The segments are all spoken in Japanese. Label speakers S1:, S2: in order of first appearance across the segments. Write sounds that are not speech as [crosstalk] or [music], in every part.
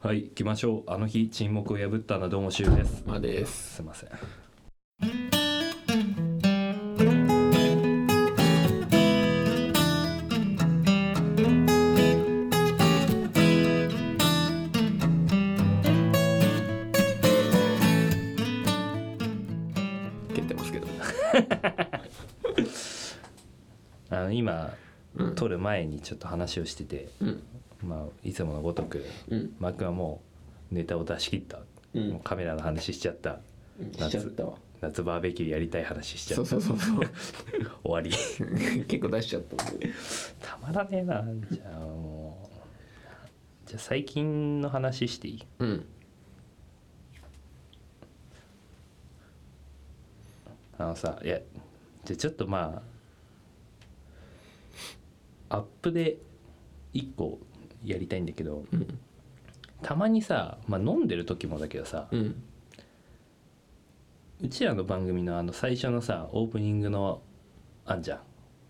S1: はい行きましょうあの日沈黙を破ったなどうもしゅうです
S2: まあです。
S1: すいません
S2: 蹴ってますけど。
S1: あの今
S2: うん。
S1: 撮る前にちょっと話をしてて
S2: うん。
S1: まあいつものごとく
S2: うん。
S1: マー君はもうネタを出し切った、
S2: う。
S1: もうんカメラの話しちゃった
S2: しちゃったわ。
S1: 夏バーベキューやりたい話しちゃ
S2: そ
S1: っ
S2: う
S1: た
S2: そうそうそう。
S1: 終わり [laughs]
S2: 結構出しちゃったんで。
S1: たまらねえなじゃあもうじゃあ最近の話していい
S2: うん。
S1: あのさいやじゃあちょっとまあアップで一個やりたいんだけど
S2: うん。
S1: たまにさ、まあ、飲んでる時もだけどさ、
S2: うん。
S1: うちらの番組のあの最初のさオープニングのあんじゃん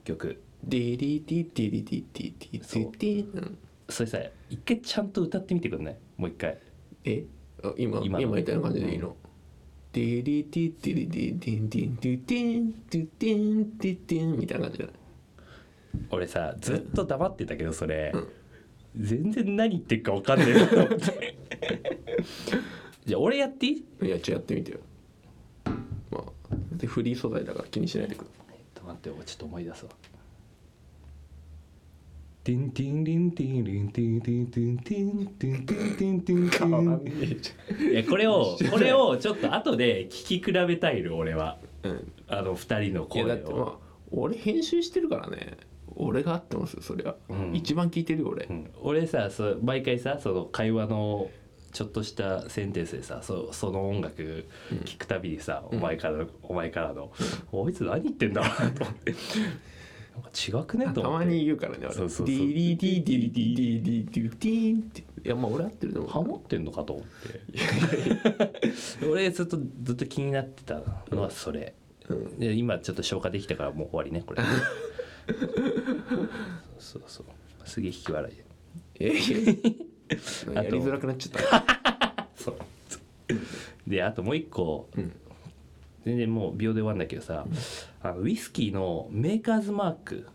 S1: 曲
S2: ディリディディリディディディディディ。うん
S1: それさ一回ちゃんと歌ってみてくんないもう一回
S2: えあ今、
S1: 今
S2: 今
S1: の
S2: みたいな感じでいいのディリディディリディディディディディディディディディみたいな感じだね。
S1: 俺さずっと黙ってたけどそれ、
S2: うん
S1: 全然何言ってるか分かんないなと思って
S2: [laughs]
S1: じゃあ俺やっていい
S2: いや、ちょ、やってみてよ。まあ、でフリー素材だから気にしないでください。
S1: えっと待って俺ちょっと思い出すわティンティンティンティンティンティンティンティンティンティンティンティンティンティンいやこれをこれをちょっと後で聞き比べたいの俺は
S2: うん。
S1: あの二人の
S2: い
S1: 声
S2: や
S1: を
S2: だってまあ俺編集してるからね俺が合ってますよそりゃ、
S1: うん
S2: 一番聞いてるよ俺、
S1: うん、俺さそう毎回さその会話のちょっとしたセンテンスでさそその音楽聞くたびにさ、お前からのお前からの「おいつ何言ってんだろうな」と思ってなんか違くねと思って
S2: たまに言うからね俺
S1: そうそうそう
S2: ディリディディリディディディディディーンっていやまあ俺合ってると
S1: ハ
S2: 思う
S1: モってんのかと思って [laughs] 俺ずっとずっと気になってたのはそれ、で今ちょっと消化できたからもう終わりね [laughs] これそうそうすげえ引き笑いで
S2: え
S1: と
S2: やりづらくなっちゃった
S1: そうであともう一個、
S2: うん
S1: 全然もう秒で終わるんだけどさ、あのウイスキーのメーカーズマーク、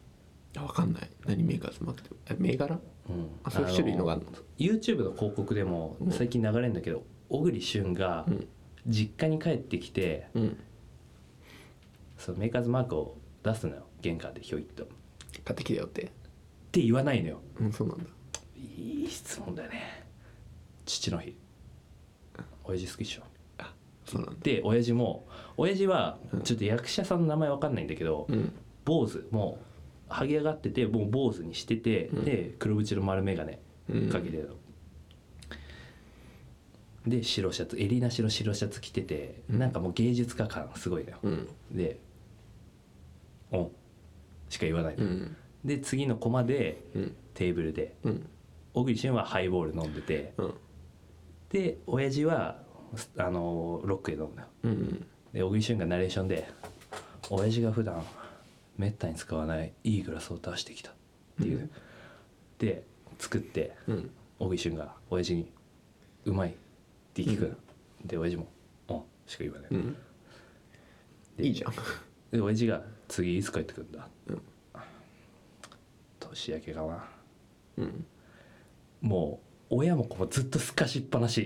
S2: あわかんない何メーカーズマークってえ銘柄
S1: うん
S2: あそういう種類のがあるの
S1: YouTube の広告でも最近流れるんだけど、小栗旬が
S2: うん
S1: 実家に帰ってきて、
S2: うん
S1: そのメーカーズマークを出すのよ玄関でひょいっと。っ
S2: 買ってきてよって
S1: て言わないのよ
S2: うんそうなんだ
S1: いい質問だね父の日親父好きっしょ
S2: あそうなんだ
S1: で親父も親父はちょっと役者さんの名前わかんないんだけど、
S2: うん
S1: 坊主もうはげ上がっててもう坊主にしてて、
S2: うん
S1: で黒縁の丸眼鏡
S2: うん
S1: かけてるの、で白シャツ襟なしの白シャツ着てて、
S2: うん
S1: なんかもう芸術家感すごいのよ、
S2: うん
S1: で「おん」しか言わないの、
S2: うん
S1: で次のコマで
S2: うん
S1: テーブルで
S2: うん
S1: 小栗旬はハイボール飲んでて
S2: うん
S1: で親父はあのロックで飲むのよ
S2: うん
S1: で小栗旬がナレーションで「親父が普段めったに使わないいいグラスを出してきた」っていう、で作って
S2: うん
S1: 小栗旬が親父に「うまい」って聞くの、で親父も「うん」しか言わない、
S2: うん
S1: で
S2: いいじゃん
S1: で親父が「次いつ帰ってくるんだ」
S2: うん
S1: 年明けかな
S2: うん
S1: もう親も子もずっとすかしっぱな
S2: [laughs]
S1: し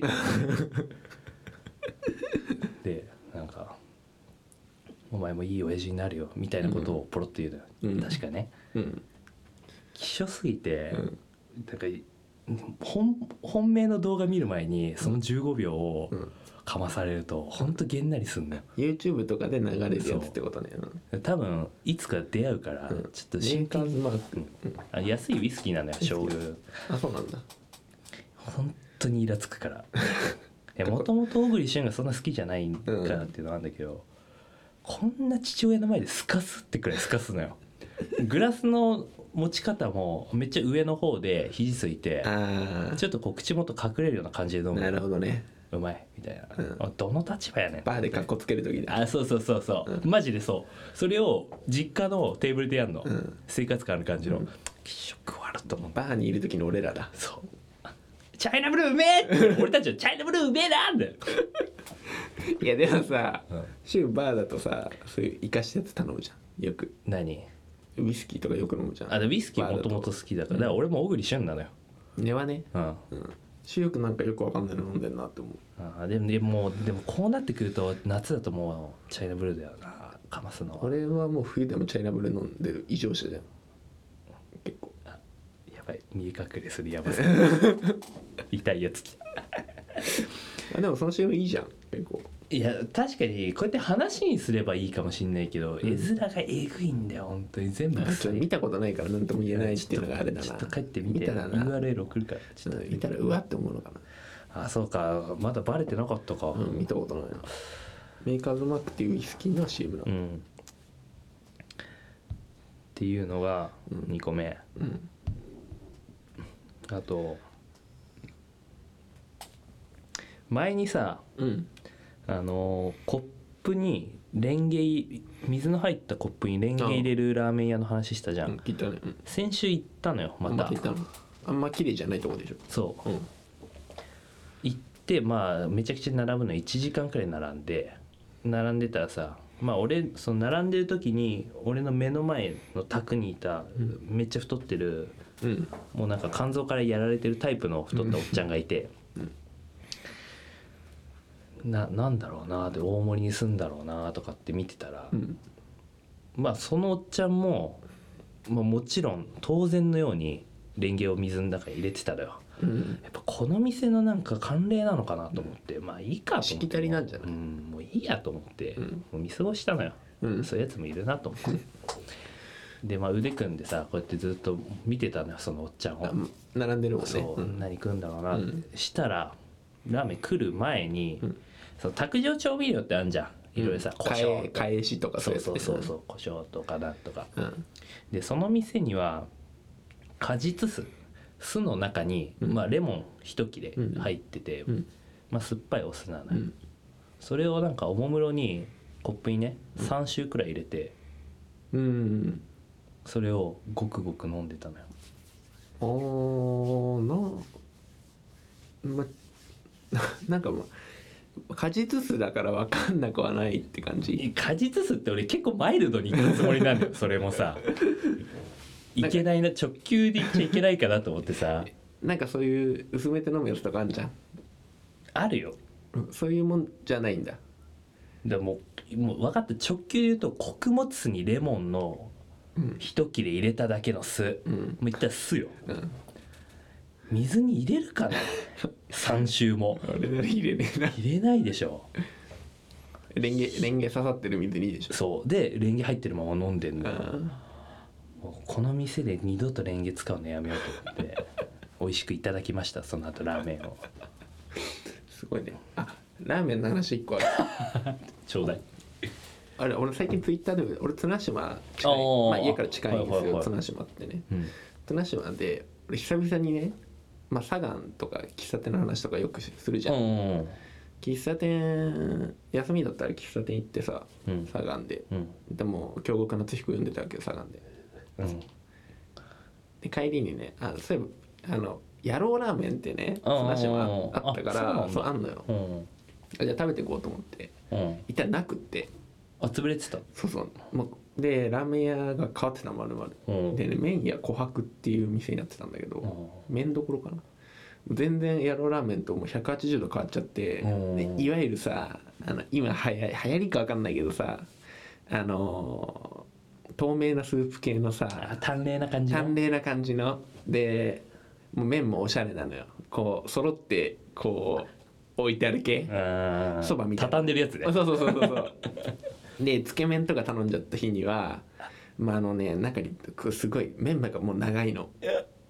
S1: でなんか「お前もいい親父になるよ」みたいなことをポロッと言うのよ、
S2: うん
S1: 確かね
S2: うん
S1: 希少すぎて、
S2: うん
S1: なんか本本命の動画見る前にその15秒を
S2: うん
S1: かまされるとほんとげんなりすんのよ
S2: YouTube とかで流れるやつってことねうん
S1: 多分いつか出会うから
S2: うん
S1: ちょっと
S2: メ
S1: 新
S2: ーカ
S1: 刊、
S2: ーズマーク、うん
S1: あ安いウイスキーなのよ醤油
S2: あそうなんだ
S1: 本当にイラつくから
S2: [laughs]
S1: いやもともと小栗旬がそんな好きじゃないからっていうのはあるんだけど、こんな父親の前ですかすってくらいすかすの
S2: [laughs]
S1: よグラスの持ち方もめっちゃ上の方で肘ついて
S2: あ
S1: ちょっとこう口元隠れるような感じで飲
S2: あ
S1: む
S2: なるほどね
S1: うまいみたいな、
S2: うん
S1: あどの立場やねん
S2: バーでカッコつける時だ
S1: あそうそうそうそう、マジでそうそれを実家のテーブルでやんの、
S2: うん
S1: 生活感ある感じの、きっしょくわると思う
S2: バーにいる時の俺らだ
S1: そう。チャイナブルーうめえ!」 [laughs] って俺たちは「チャイナブルーうめえな!」んだよ
S2: いやでもさ
S1: うん
S2: シューバーだとさそういう生かしたやつ頼むじゃんよく
S1: 何
S2: ウイスキーとかよく飲むじゃん
S1: あでウイスキー
S2: バだ
S1: も
S2: と
S1: ともと好きだからだから俺も小栗旬なのよ
S2: 根はね
S1: うん
S2: うんシューよくなんかよくわかんないの飲んでんなって思う
S1: あーでもでもでもこうなってくると夏だともうチャイナブルーだよなかますのは
S2: 俺はもう冬でもチャイナブル飲んでる異常者じゃん結構
S1: やばい見え隠れするや [laughs] ばさ痛いやつ
S2: あでもその CM いいじゃん結構
S1: いや確かにこうやって話にすればいいかもしんないけど、
S2: ん
S1: 絵面がえぐいんだよ本当に全部
S2: まあちょっと見たことないから何とも言えないっていうのがあれだな
S1: ちょっと帰ってみて
S2: 見たらな
S1: URL 送るからちょっと
S2: うん見たらうわって思うのか
S1: あそうかまだバレてなかったか
S2: なうん見たことないなメーカーズマックっていうウイスキーの CM だ
S1: うん、っていうのが
S2: うん
S1: 2個目、
S2: うん
S1: あと前にさ
S2: うん
S1: あのーコップにレンゲい水の入ったコップにレンゲ入れるラーメン屋の話したじゃん、
S2: うん聞いたねうん
S1: 先週行ったのよまた、
S2: 聞いたのあんま綺麗じゃないとこでしょ
S1: そう
S2: うん
S1: 行ってまあめちゃくちゃ並ぶの1時間くらい並んで並んでたらさまあ俺その並んでる時に俺の目の前の卓にいた、めっちゃ太ってる
S2: うん
S1: もうなんか肝臓からやられてるタイプの太ったおっちゃんがいて、ななんだろうなって大盛りにすんだろうなとかって見てたら、
S2: うん
S1: まあそのおっちゃんも、まあ、もちろん当然のようにレンゲを水の中に入れてたのよ
S2: うん
S1: やっぱこの店のなんか慣例なのかなと思って、まあいいかと思って
S2: しきたりなんじゃない
S1: うん、もういいやと思って、
S2: うん
S1: もう見過ごしたのよ、
S2: うん
S1: そういうやつもいるなと思ってでまあ腕組んでさこうやってずっと見てたのよそのおっちゃんを
S2: あ並んでるもんね
S1: そう、
S2: ん
S1: 何食うんだろうなって、
S2: うん
S1: したらラーメン来る前に、
S2: うん
S1: その卓上調味料ってあるじゃんいろいろさ、胡椒
S2: 返返しとか
S1: そうそうそうそうう胡椒とかなんとか
S2: うやつね
S1: でその店には果実酢酢の中に、
S2: うん
S1: まあ、レモン一切れ
S2: うん
S1: 入ってて、
S2: うんうん
S1: まあ、酸っぱいお酢なのよ、
S2: うん
S1: それをなんかおもむろにコップにね3周くらい入れて
S2: うん
S1: それをごくごく飲んでたのよ
S2: あーなまなんかまあ果実酢だから分かんなくはないって感じ
S1: 果実酢って俺結構マイルドにいくつもりなん
S2: [laughs]
S1: だよそれもさいけないな直球でいっちゃいけないかなと思ってさ
S2: なんかそういう薄めて飲むやつとかあんじゃん
S1: あるよ
S2: うんそういうもんじゃないんだ
S1: でもうもう分かった直球で言うと穀物酢にレモンの
S2: うん
S1: 一切れ入れただけの酢、
S2: うん
S1: もういったら酢よ
S2: うん
S1: 水に入れるかな3周も
S2: あれなら入れねえな
S1: 入れないでしょ
S2: レンゲレンゲ刺さってる水にいいでしょ
S1: そうでレンゲ入ってるまま飲んでんのよ
S2: あ
S1: もうこの店で二度とレンゲ使うのやめようと思って美味しくいただきましたその後ラーメンを
S2: ーすごいねあラーメンの話一個あ
S1: [laughs]
S2: る
S1: ちょうだい
S2: あれ俺最近ツイッターで俺綱島近
S1: あ
S2: い、
S1: ー
S2: まあ、家から近いんですよ、
S1: はいはいはい
S2: 綱島ってね
S1: うん
S2: 綱島で俺久々にね、まあ、サガンとか喫茶店の話とかよくするじゃん、
S1: うん
S2: 喫茶店休みだったら喫茶店行ってさ、
S1: うん
S2: サガンで
S1: うん
S2: でも京極夏彦読んでたわけよサガンで
S1: うん
S2: で帰りにねあそういえばあの野郎ラーメンってね
S1: うんうんうん
S2: 綱島あったか
S1: あ
S2: ら
S1: そ
S2: そうう
S1: な
S2: あ
S1: ん
S2: んのよ
S1: うん
S2: あじゃあ食べていこうと思って
S1: うん
S2: いたらなくって
S1: あ潰れてた
S2: そうそうもうでラーメン屋が変わってたまるまる
S1: うん
S2: でね麺屋琥珀っていう店になってたんだけど、麺どころかな全然野郎ラーメンともう180度変わっちゃって
S1: うん
S2: でいわゆるさあの今はや流行りか分かんないけどさあのー透明なスープ系の
S1: あ
S2: さ
S1: 淡麗な感じの
S2: 淡麗な感じのでもう麺もおしゃれなのよこう揃ってこう置いてある系
S1: うん
S2: そばみたいな
S1: 畳んでるやつね
S2: あそうそうそうそうそう [laughs] でつけ麺とか頼んじゃった日にはまああのね中にこうすごいメンマがもう長いの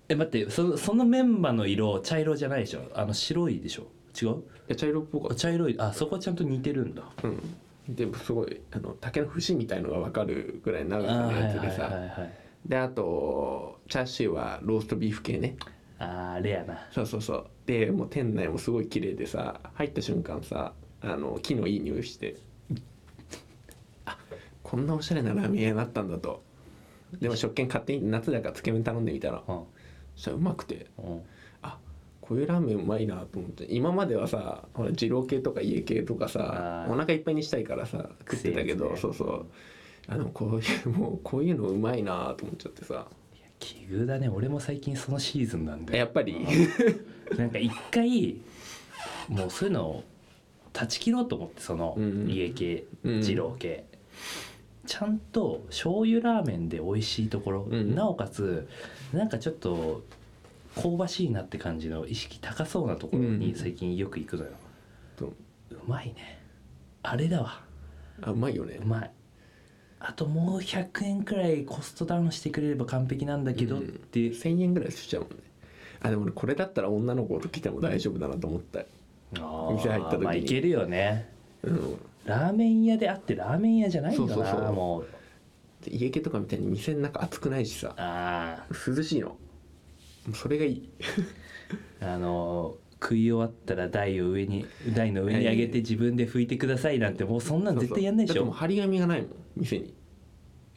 S1: え待ってそそのメンマの色茶色じゃないでしょあの白いでしょ違う
S2: いや茶色っぽかった
S1: 茶色いあそこはちゃんと似てるんだ
S2: うん、ですごいあの竹の節みたいのが分かるぐらい長さのやつ
S1: あー
S2: で
S1: はいはい
S2: さ
S1: はいはい
S2: であとチャーシューはローストビーフ系ね
S1: あーレアな
S2: そうそうそうでもう店内もすごい綺麗でさ入った瞬間さあの木のいい匂いしてあこんなおしゃれなラーメン屋になったんだとでも食券買って夏だからつけ麺頼んでみたら
S1: うん
S2: そしたらうまくて
S1: うん
S2: あこういうラーメンうまいなと思って今まではさほら二郎系とか家系とかさ
S1: あー
S2: お腹いっぱいにしたいからさ食ってたけど、
S1: 癖ですね
S2: そうそうあのこういうもうこういうのうまいなと思っちゃってさ
S1: いや奇遇だね俺も最近そのシーズンなんで
S2: やっぱり
S1: なんか一回もうそういうのを断ち切ろうと思ってその
S2: うん
S1: 家系
S2: うん
S1: 二郎系、ちゃんと醤油ラーメンで美味しいところ、
S2: うん
S1: なおかつなんかちょっと香ばしいなって感じの意識高そうなところに最近よく行くのよ、
S2: と
S1: うまいねあれだわ
S2: あうまいよね
S1: うまいあともう100円くらいコストダウンしてくれれば完璧なんだけどっ
S2: うん
S1: ていう、
S2: 1000円ぐらいしちゃうもんねあでも俺これだったら女の子と来ても大丈夫だなと思った
S1: ああ
S2: 店入った時に
S1: まあいけるよね
S2: うん
S1: ラーメン屋であってラーメン屋じゃないんだな
S2: そうそうそう
S1: もう
S2: で家系とかみたいに店の中暑くないしさ
S1: あ
S2: 涼しいのもうそれがいい
S1: ああの食い終わったら台を上に台の上に上げて自分で拭いてくださいなんてもうそんなん絶対やんないでし
S2: そうそうだって
S1: ょ
S2: もう張り紙がないもん店に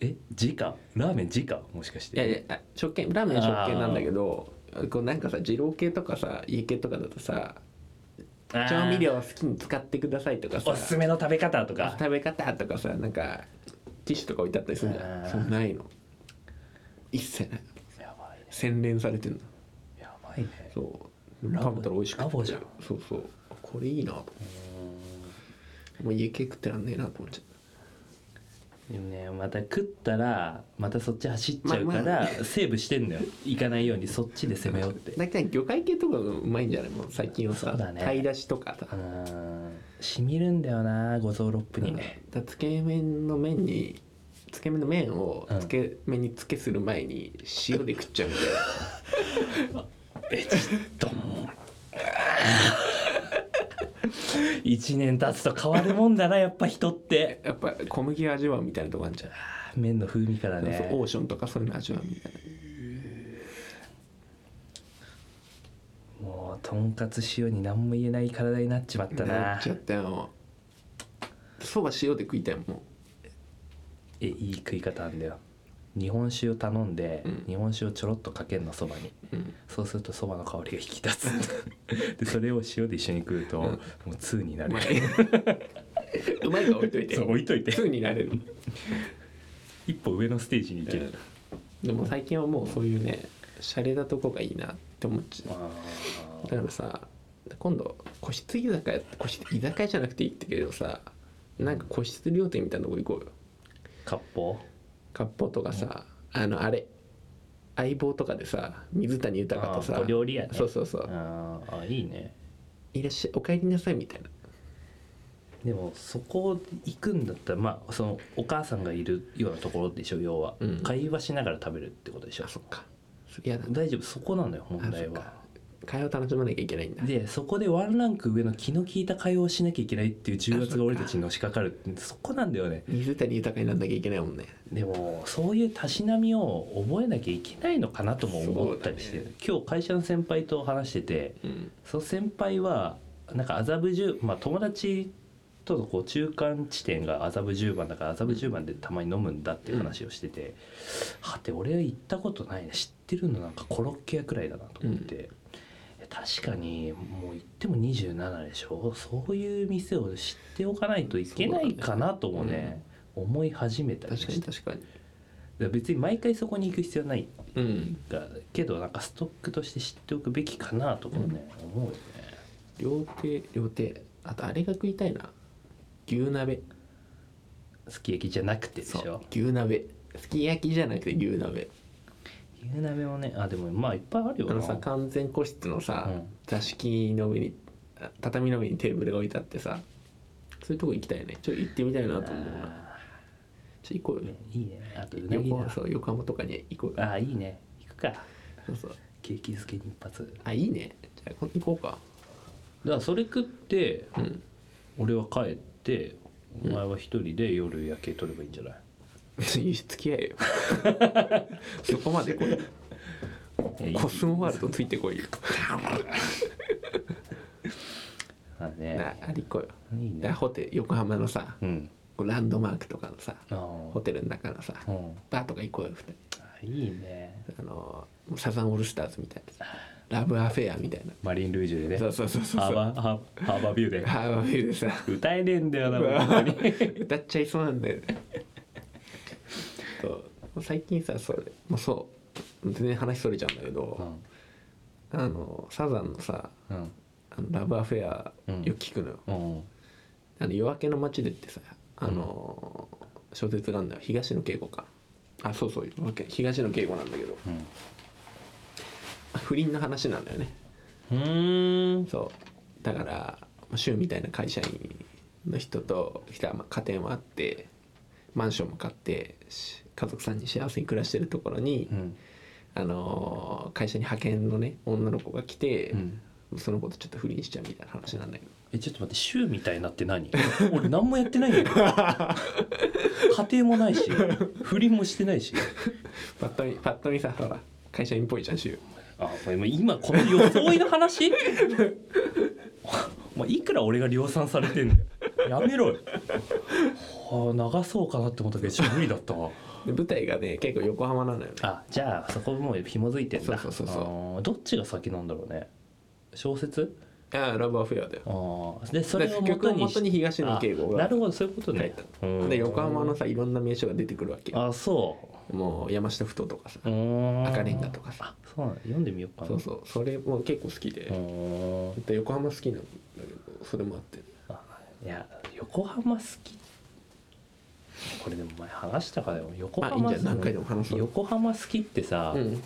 S1: え時間ラーメン時間もしかし
S2: いやい
S1: て
S2: やあ食券ラーメンは食券なんだけどこうなんかさ二郎系とかさ家系とかだとさ
S1: あー
S2: 調味料好きに使ってくださいとかさ
S1: おすすめの食べ方とか
S2: 食べ方とかさなんかティッシュとか置いてあったりするじゃ
S1: あ
S2: ん
S1: ー
S2: そうないの一切ない
S1: やばいね
S2: 洗練されてんの
S1: やばいね
S2: そう
S1: ラボ
S2: 食べたら美味しくて
S1: ラボじゃん
S2: そうそうこれいいなと思ってもう家系食ってらんねえなと思っちゃった
S1: でもねまた食ったらまたそっち走っちゃうか
S2: まあ
S1: らセーブしてんのよ行かないようにそっちで攻めようって
S2: 大体魚介系とかがうまいんじゃないもう最近は
S1: そ
S2: さ、
S1: うだね
S2: 鯛だしとかさ、
S1: うーんしみるんだよな五臓六腑にね
S2: だつけ麺の麺につけ麺の麺をつけ麺につけする前に塩で食っちゃうみた
S1: [laughs]
S2: いな、
S1: えちょっともう1年経つと変わるもんだなやっぱ人って
S2: やっぱ小麦味わうみたいなとこあるじゃん、
S1: あー麺の風味からね
S2: そうオーションとかそういうの味わうみたいな
S1: もうとんかつ塩に何も言えない体になっちまった
S2: な
S1: な
S2: っちゃったよそば塩で食いたいもん
S1: えいい食い方あんだよ日本酒を頼んで、
S2: うん
S1: 日本酒をちょろっとかけんのそばに
S2: うん
S1: そうするとそばの香りが引き立つ [laughs] でそれを塩で一緒に食うと、
S2: うん
S1: もう通にな
S2: う
S1: る
S2: まい [laughs] うまいから置いといて
S1: そう置いといて
S2: 通になれる
S1: 一歩上のステージに行ける、
S2: でも最近はもうそういうね洒落たとこがいいなって思っちゃう
S1: あ
S2: だからさ今度個室居酒屋個室居酒屋じゃなくていいってけどさなんか個室料亭みたいなとこ行こうよ
S1: ー割烹
S2: 割烹とかさあのあれ相棒とかでさ水谷豊と
S1: あ
S2: さ
S1: ーお料理屋ね
S2: そうそうそう
S1: あーあいいね
S2: いらっしゃいお帰りなさいみたいな
S1: でもそこ行くんだったらまあそのお母さんがいるようなところでしょ要は、
S2: うん
S1: 会話しながら食べるってことでしょ
S2: あそっかそれやだな
S1: 大丈夫そこなんだよ問
S2: あそ
S1: 題
S2: っか
S1: は
S2: 会話を楽しまなきゃいけないんだ
S1: でそこでワンランク上の気の利いた会話をしなきゃいけないっていう重圧が俺たちにのしかかるってそこなんだよね
S2: 水谷豊になんなきゃいけないもんね
S1: でもそういうたしなみを覚えなきゃいけないのかなとも思ったりして、
S2: そうだ
S1: 今日会社の先輩と話してて
S2: うん
S1: その先輩はなんか麻布十まあ友達とのこう中間地点が麻布十番だから麻布十番でたまに飲むんだっていう話をしてて、はて俺行ったことないね知ってるのなんかコロッケ屋くらいだなと思って、いや確かにもう行っても27でしょそういう店を知っておかないといけないかなともね、思い始めたり
S2: 確
S1: し
S2: か
S1: て
S2: に確かに
S1: だから別に毎回そこに行く必要ない
S2: うん
S1: がけどなんかストックとして知っておくべきかなとかね、思うよね
S2: 料亭料亭あとあれが食いたいな牛鍋
S1: すき焼きじゃなくてでしょ
S2: 牛鍋すき焼きじゃなくて牛鍋
S1: 牛鍋もねあでもまあいっぱいあるよ
S2: あ
S1: な
S2: のさ完全個室のさ、
S1: うん
S2: 座敷の上にあ畳の上にテーブルが置いてあってさそういうとこ行きたいよねちょっと行ってみたいなと思うな
S1: あ
S2: ちょっと行こう
S1: ー
S2: よ
S1: ねいいねあとうなぎ
S2: 横
S1: だ
S2: 浜そう横浜とかに行こうよ
S1: あーいいね行くか
S2: そうそう
S1: ケーキ漬けに一発
S2: あいいねじゃあ今度行こうか
S1: だからそれ食って
S2: うん
S1: 俺は帰ってお前は一人で夜夜景取ればいいんじゃない、
S2: 付き
S1: [laughs]
S2: 合えよそこまで来い
S1: いや
S2: コスモワールドついてこいよ
S1: あ
S2: な
S1: ね
S2: あれ行こうよ
S1: いい
S2: だ
S1: ね
S2: ホテル横浜のさ
S1: うん
S2: こうランドマークとかのさ
S1: あ
S2: ホ
S1: ー
S2: テルの中のさ
S1: うん
S2: バーとか行こうよ二人
S1: あいいね
S2: あのサザンオールスターズみたいなさラブアフェアみたいな
S1: マリン・ルージュでね
S2: そうそうそうそう
S1: ハーバーハーハーバービューで
S2: ハーバービューでさ
S1: 歌えねえんだよな本当に
S2: 歌っちゃいそうなんだよねそう最近さそれもうそう全然話それちゃうんだけ
S1: う
S2: ど、
S1: ん
S2: あのサザンのさ
S1: うん
S2: 「あのラブアフェア」
S1: うん
S2: よく聞くのよ、
S1: うん
S2: あの夜明けの街でってさあの、小説があるんだよ東野敬吾かあそうそう夜明け東野敬吾なんだけど
S1: うん
S2: 不倫の話なんだよね
S1: うーん
S2: そうだからまあ柊みたいな会社員の人と人はまあ家庭もあってマンションも買ってし家族さんに幸せに暮らしてるところに、
S1: うん
S2: あのー会社に派遣のね女の子が来て、
S1: うん
S2: その子とちょっと不倫しちゃうみたいな話なんだけど
S1: えちょっと待って週みたいなって何俺何もやってないよ家庭もないし不倫もしてないし
S2: パッと見パッと見さほら会社員っぽいじゃん柊
S1: あお前今この装いの話 [laughs] お前いくら俺が量産されてんだよやめろよはあ流そうかなって思ったけどちょっと無理だったわ
S2: で舞台がね結構横浜なのよね
S1: あじゃあそこもう紐づいてんだ
S2: そうそうそうそう
S1: あーどっちが先なんだろうね小説
S2: ああラブアフェアだよ
S1: あーでそれを
S2: だか
S1: 元
S2: ら
S1: に
S2: 結局元に東野圭吾が
S1: あなるほどそういうこと
S2: 書い
S1: ね
S2: た、
S1: うん
S2: で横浜のさいろんな名所が出てくるわけ
S1: あそう
S2: もう山下ふ頭とかさ
S1: うーん
S2: 赤レンガとかさ
S1: そうなんだ読んでみようかな
S2: そうそうそれも結構好きで、
S1: うーん
S2: で横浜好きなんだけどそれもあって
S1: あいや横浜好きこれでも前話したからよ横浜
S2: あいいんじゃん何回でも話そう
S1: 横浜好きってさ、
S2: うん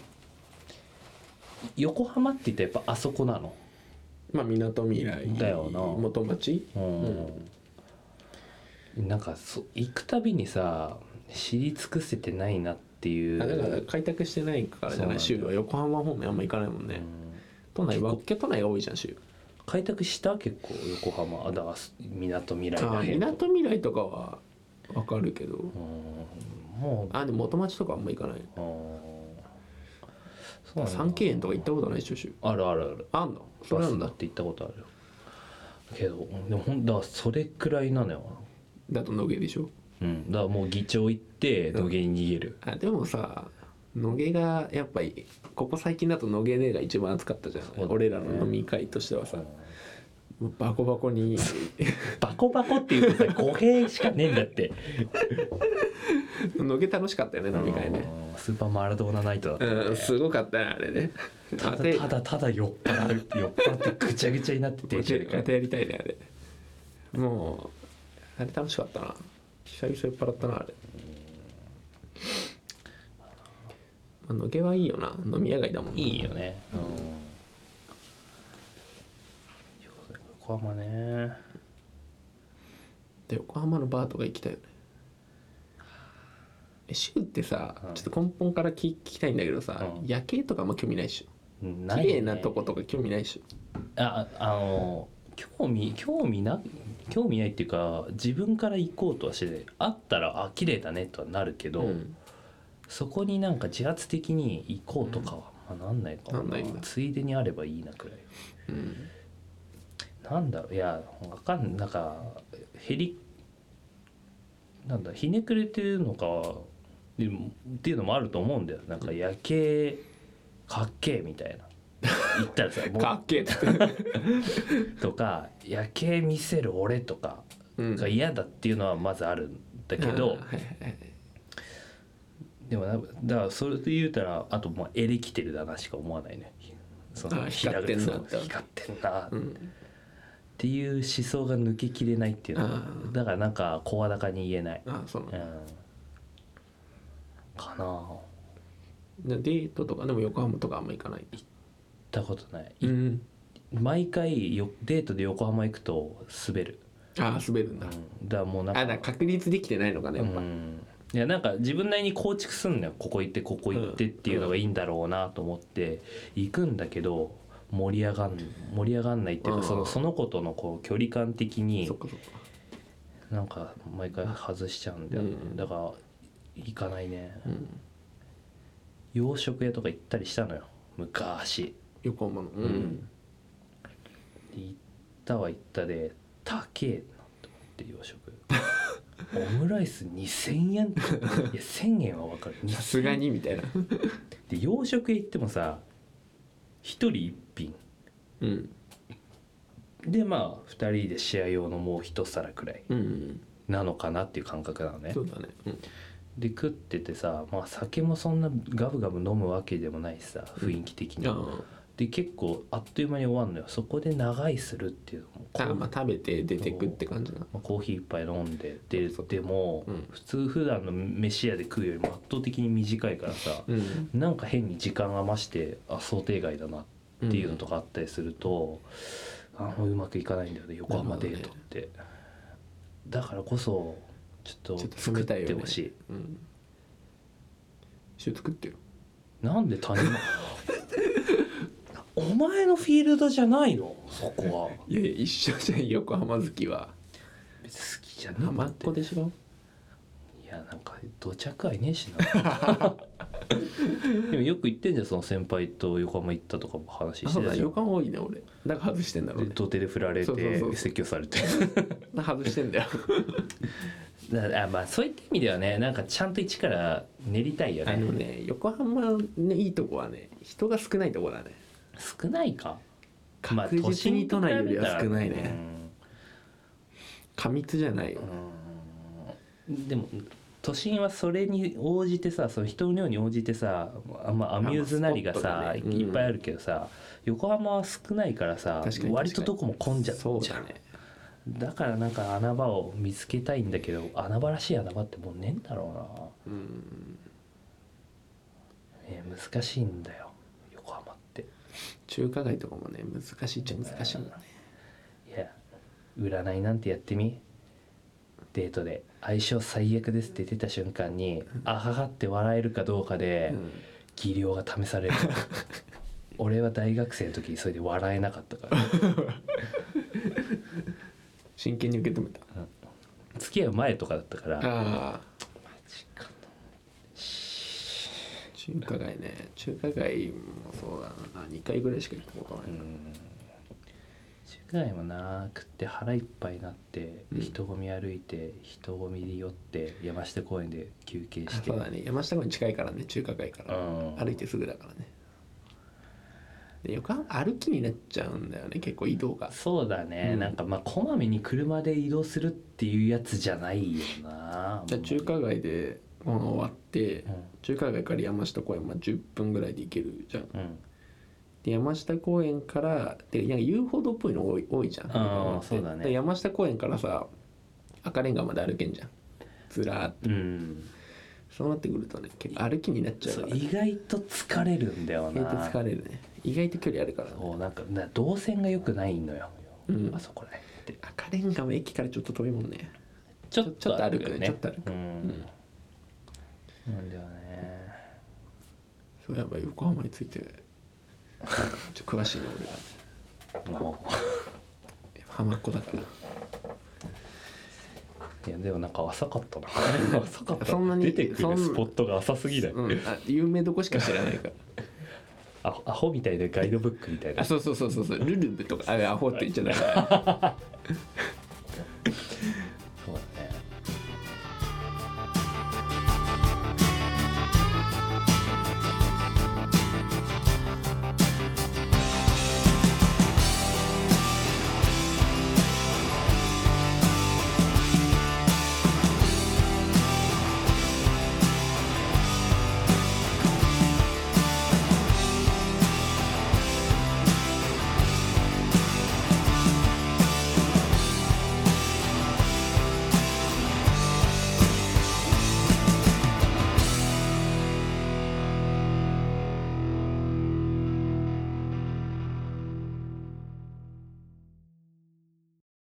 S1: 横浜って言ったらやっぱあそこなの
S2: まあみなとみらい
S1: だよな
S2: 元町
S1: うん、なんかそ行くたびにさ知り尽くせてないなっていう
S2: あだから開拓してないからじゃない
S1: そう
S2: 州
S1: なんだよ
S2: は横浜方面あんま行かないもん
S1: う
S2: ね、
S1: ん
S2: 都内は
S1: 結
S2: 結構都内が多いじゃん州
S1: 開拓した結構横浜あだからみなとみらい
S2: あ
S1: らへ
S2: み
S1: ん
S2: なとみらいとかはわかるけど
S1: うんもう
S2: あでも元町とかあんま行かない
S1: あーそうなんだ
S2: 三景園とか行ったことないでしょ州
S1: あるあるある
S2: あんのそれなん
S1: バス乗
S2: だ
S1: って行ったことあるよけどでもほんだからそれくらいなのよ、
S2: だと野毛でしょ
S1: うん、だからもう議長行って土下に逃げる、
S2: あでもさ野毛がやっぱりここ最近だと野毛でが一番暑かったじゃん、
S1: うだね
S2: 俺らの飲み会としてはさもうバコバコに [laughs]
S1: バコバコっていうとさ語弊しかねえんだって
S2: [laughs] 野毛楽しかったよね飲み会ね
S1: うんスーパーマラドーナナイトだった、
S2: うんすごかったねあれね
S1: た
S2: ま
S1: だ
S2: た
S1: ただただ酔っ払って酔っ払ってぐちゃぐちゃになって電車で
S2: またやりたいねあれもうあれ楽しかったな久々酔っ払ったなあれまあ野毛はいいよな飲み屋街だもん
S1: いい
S2: よ
S1: よねうん横浜ね
S2: で横浜のバーとか行きたいよねえシュウってさ、
S1: うん
S2: ちょっと根本から聞聞きたいんだけどさ、
S1: うん
S2: 夜景とかあんま興味ないっし
S1: うん
S2: ょ
S1: な
S2: 綺
S1: いよ
S2: 麗
S1: ね
S2: なとことか興味ないっしょ
S1: ああの興味興味な興味ないっていうか自分から行こうとはしてないあったらあ綺麗だねとはなるけど、
S2: ん
S1: そこになんか自発的に行こうとかは、まあ、なんないかも
S2: なんないんだ
S1: ついでにあればいいなくらい
S2: うん
S1: なんだろういやわかんないなんかへりなんだひねくれてるのかでもっていうのもあると思うんだよなんか夜景かっけえみたいな
S2: [laughs]
S1: 言ったらさもう
S2: かっけえっ
S1: [laughs]
S2: つって、
S1: とか夜景見せる俺とか
S2: うん
S1: が嫌だっていうのはまずあるんだけ
S2: あ
S1: ど
S2: ーはいはいはい
S1: でもなだからそれで言うたらあともうエレキテルだなしか思わないねそ
S2: あー光ってんな
S1: ひらがそう光ってんな
S2: う
S1: っ
S2: ん
S1: ていう思想が抜けきれないっていうのは
S2: あー
S1: だからなんか声高に言えない、
S2: あそう
S1: うん
S2: なの、
S1: かなあ行っ
S2: じゃあデートとかでも横浜とかあんま行かない
S1: たことない
S2: うん
S1: 毎回よデートで横浜行くと滑る、
S2: ああ滑るん
S1: う
S2: だ、
S1: ん、だからもうなん
S2: あだから確立できてないのかねやっぱ、
S1: うんいやなんか自分なりに構築すんのよここ行ってここ行ってっていうのがいいんだろうなと思って行くんだけど盛り上がん盛り上がんないっていう
S2: う
S1: か
S2: ん
S1: そのその子とのこう距離感的に
S2: そっかそっか
S1: なんか毎回外しちゃうんだよね
S2: うん
S1: だから行かないね
S2: うん
S1: 洋食屋とか行ったりしたのよ昔
S2: 横浜のうん、
S1: うんで行ったは行ったで高えなと思って洋食オムライス2,000円とかいや1,000円は分かる
S2: さすがにみたいな
S1: で洋食へ行ってもさ一人一品
S2: うん
S1: でまあ2人でシェア用のもう一皿くらい
S2: うんうん
S1: なのかなっていう感覚なのね
S2: そうだねうん
S1: で食っててさ、まあ、酒もそんなガブガブ飲むわけでもないしさ雰囲気的に、
S2: あ
S1: で結構あっという間に終わるのよそこで長居するっていうのも
S2: ああまあ食べて出てくって感じな
S1: まあコーヒー一杯飲んでででも、
S2: うん
S1: 普通普段の飯屋で食うよりも圧倒的に短いからさ、
S2: うん
S1: なんか変に時間余してあ想定外だなっていうのとかあったりすると、あもううまくいかないんだよね横浜デートって、だからこそちょっ
S2: ちょ
S1: と
S2: っと冷
S1: 作った
S2: いよね
S1: てほしい
S2: うんシュート食ってよ
S1: なんで他人の [laughs] お前のフィールドじゃないのそこはい
S2: やいや一緒じゃん横浜好きは
S1: [laughs] 別に好きじゃない
S2: 浜っ子でしょ
S1: いやなんか土着愛ねえし
S2: [laughs]
S1: なでもよく言ってんじゃんその先輩と横浜行ったとかも話
S2: あ
S1: し
S2: そう
S1: てた
S2: だ
S1: じゃん
S2: 横浜多いね俺だから外してんだろう
S1: で
S2: ね
S1: 土手で振られ
S2: そうそうそ
S1: て
S2: う
S1: 説教されて
S2: だから外してんだよ
S1: だあまあそういった意味ではねなんかちゃんと一から練りたいよ
S2: あの
S1: ね
S2: ね横浜のいいとこはね人が少ないとこだね
S1: 少ないかまあ
S2: 確実に都内よりは少ない
S1: 都心と比べたら
S2: ね過密じゃないよ
S1: うんうんでも都心はそれに応じてさその人の量に応じてさあんまアミューズなりが
S2: あま
S1: さ
S2: あスポットがね
S1: いっぱいあるけどさ、横浜は少ないからさ
S2: 確かに
S1: 割とどこも混んじゃう
S2: そう
S1: じゃ
S2: だ
S1: ん
S2: ね
S1: だからなんか穴場を見つけたいんだけど穴場らしい穴場ってもうねえんだろ
S2: うん
S1: うな、ねえ、難しいんだよ横浜って
S2: 中華街とかもね難しいっちゃ難しいもんね
S1: いや占いなんてやってみデートで「相性最悪です」って出た瞬間に「あはは」って笑えるかどうかで、
S2: うん
S1: 技量が試さ
S2: [laughs]
S1: れる俺は大学生の時にそれで笑えなかった
S2: [laughs]
S1: から
S2: 真剣に受け止めた
S1: 付き合う前とかだったからマ
S2: ああ
S1: ジか
S2: 中華街ね中華街もそうだな2回ぐらいしか行ったことな
S1: う
S2: い、
S1: ん中華街もなくって腹いっぱいになって
S2: うん
S1: 人混み歩いて人混みに寄って山下公園で休憩
S2: あ
S1: して
S2: そうだね山下公園近いからね中華街から、
S1: うん
S2: 歩いてすぐだからねで横浜歩きになっちゃうんだよね結構移動が
S1: そうだね、
S2: うん
S1: なんかまあこまめに車で移動するっていうやつじゃないよな
S2: じゃあ中華街でご飯終わって、
S1: うん
S2: 中華街から山下公園まあ10分ぐらいで行けるじゃん
S1: うん
S2: で山下公園からでなんか遊歩道っぽいの多い多いじゃん
S1: あーそうだね
S2: で山下公園からさ赤レンガまで歩けんじゃんずらーっと
S1: うん、
S2: そうなってくるとね結構歩きになっちゃう
S1: そう
S2: から
S1: 意外と疲れるんだよ
S2: 意
S1: な
S2: 外と疲れるね意外と距離あるからね
S1: そうなんかな動線が良くないのよ、
S2: うん
S1: あそこら辺って
S2: 赤レンガも駅からちょっと遠いもんね
S1: ちょ
S2: っとちょっと歩くよねちょっと歩
S1: う
S2: く
S1: ん、なんだよね
S2: そういえば横浜についてちょっと詳しいね俺が
S1: も
S2: 浜っ子だから
S1: う [laughs] いやでもなんか浅か
S2: [laughs]
S1: ったな浅かった
S2: そんなに
S1: 出てく
S2: そんな
S1: るスポットが浅すぎだよ、
S2: うんあ有名どこしか知らないか
S1: [laughs]
S2: ら
S1: アアホみたいなガイドブックみたいな
S2: あそうそうそうそうそうルルブとかあアホって言っちゃダメ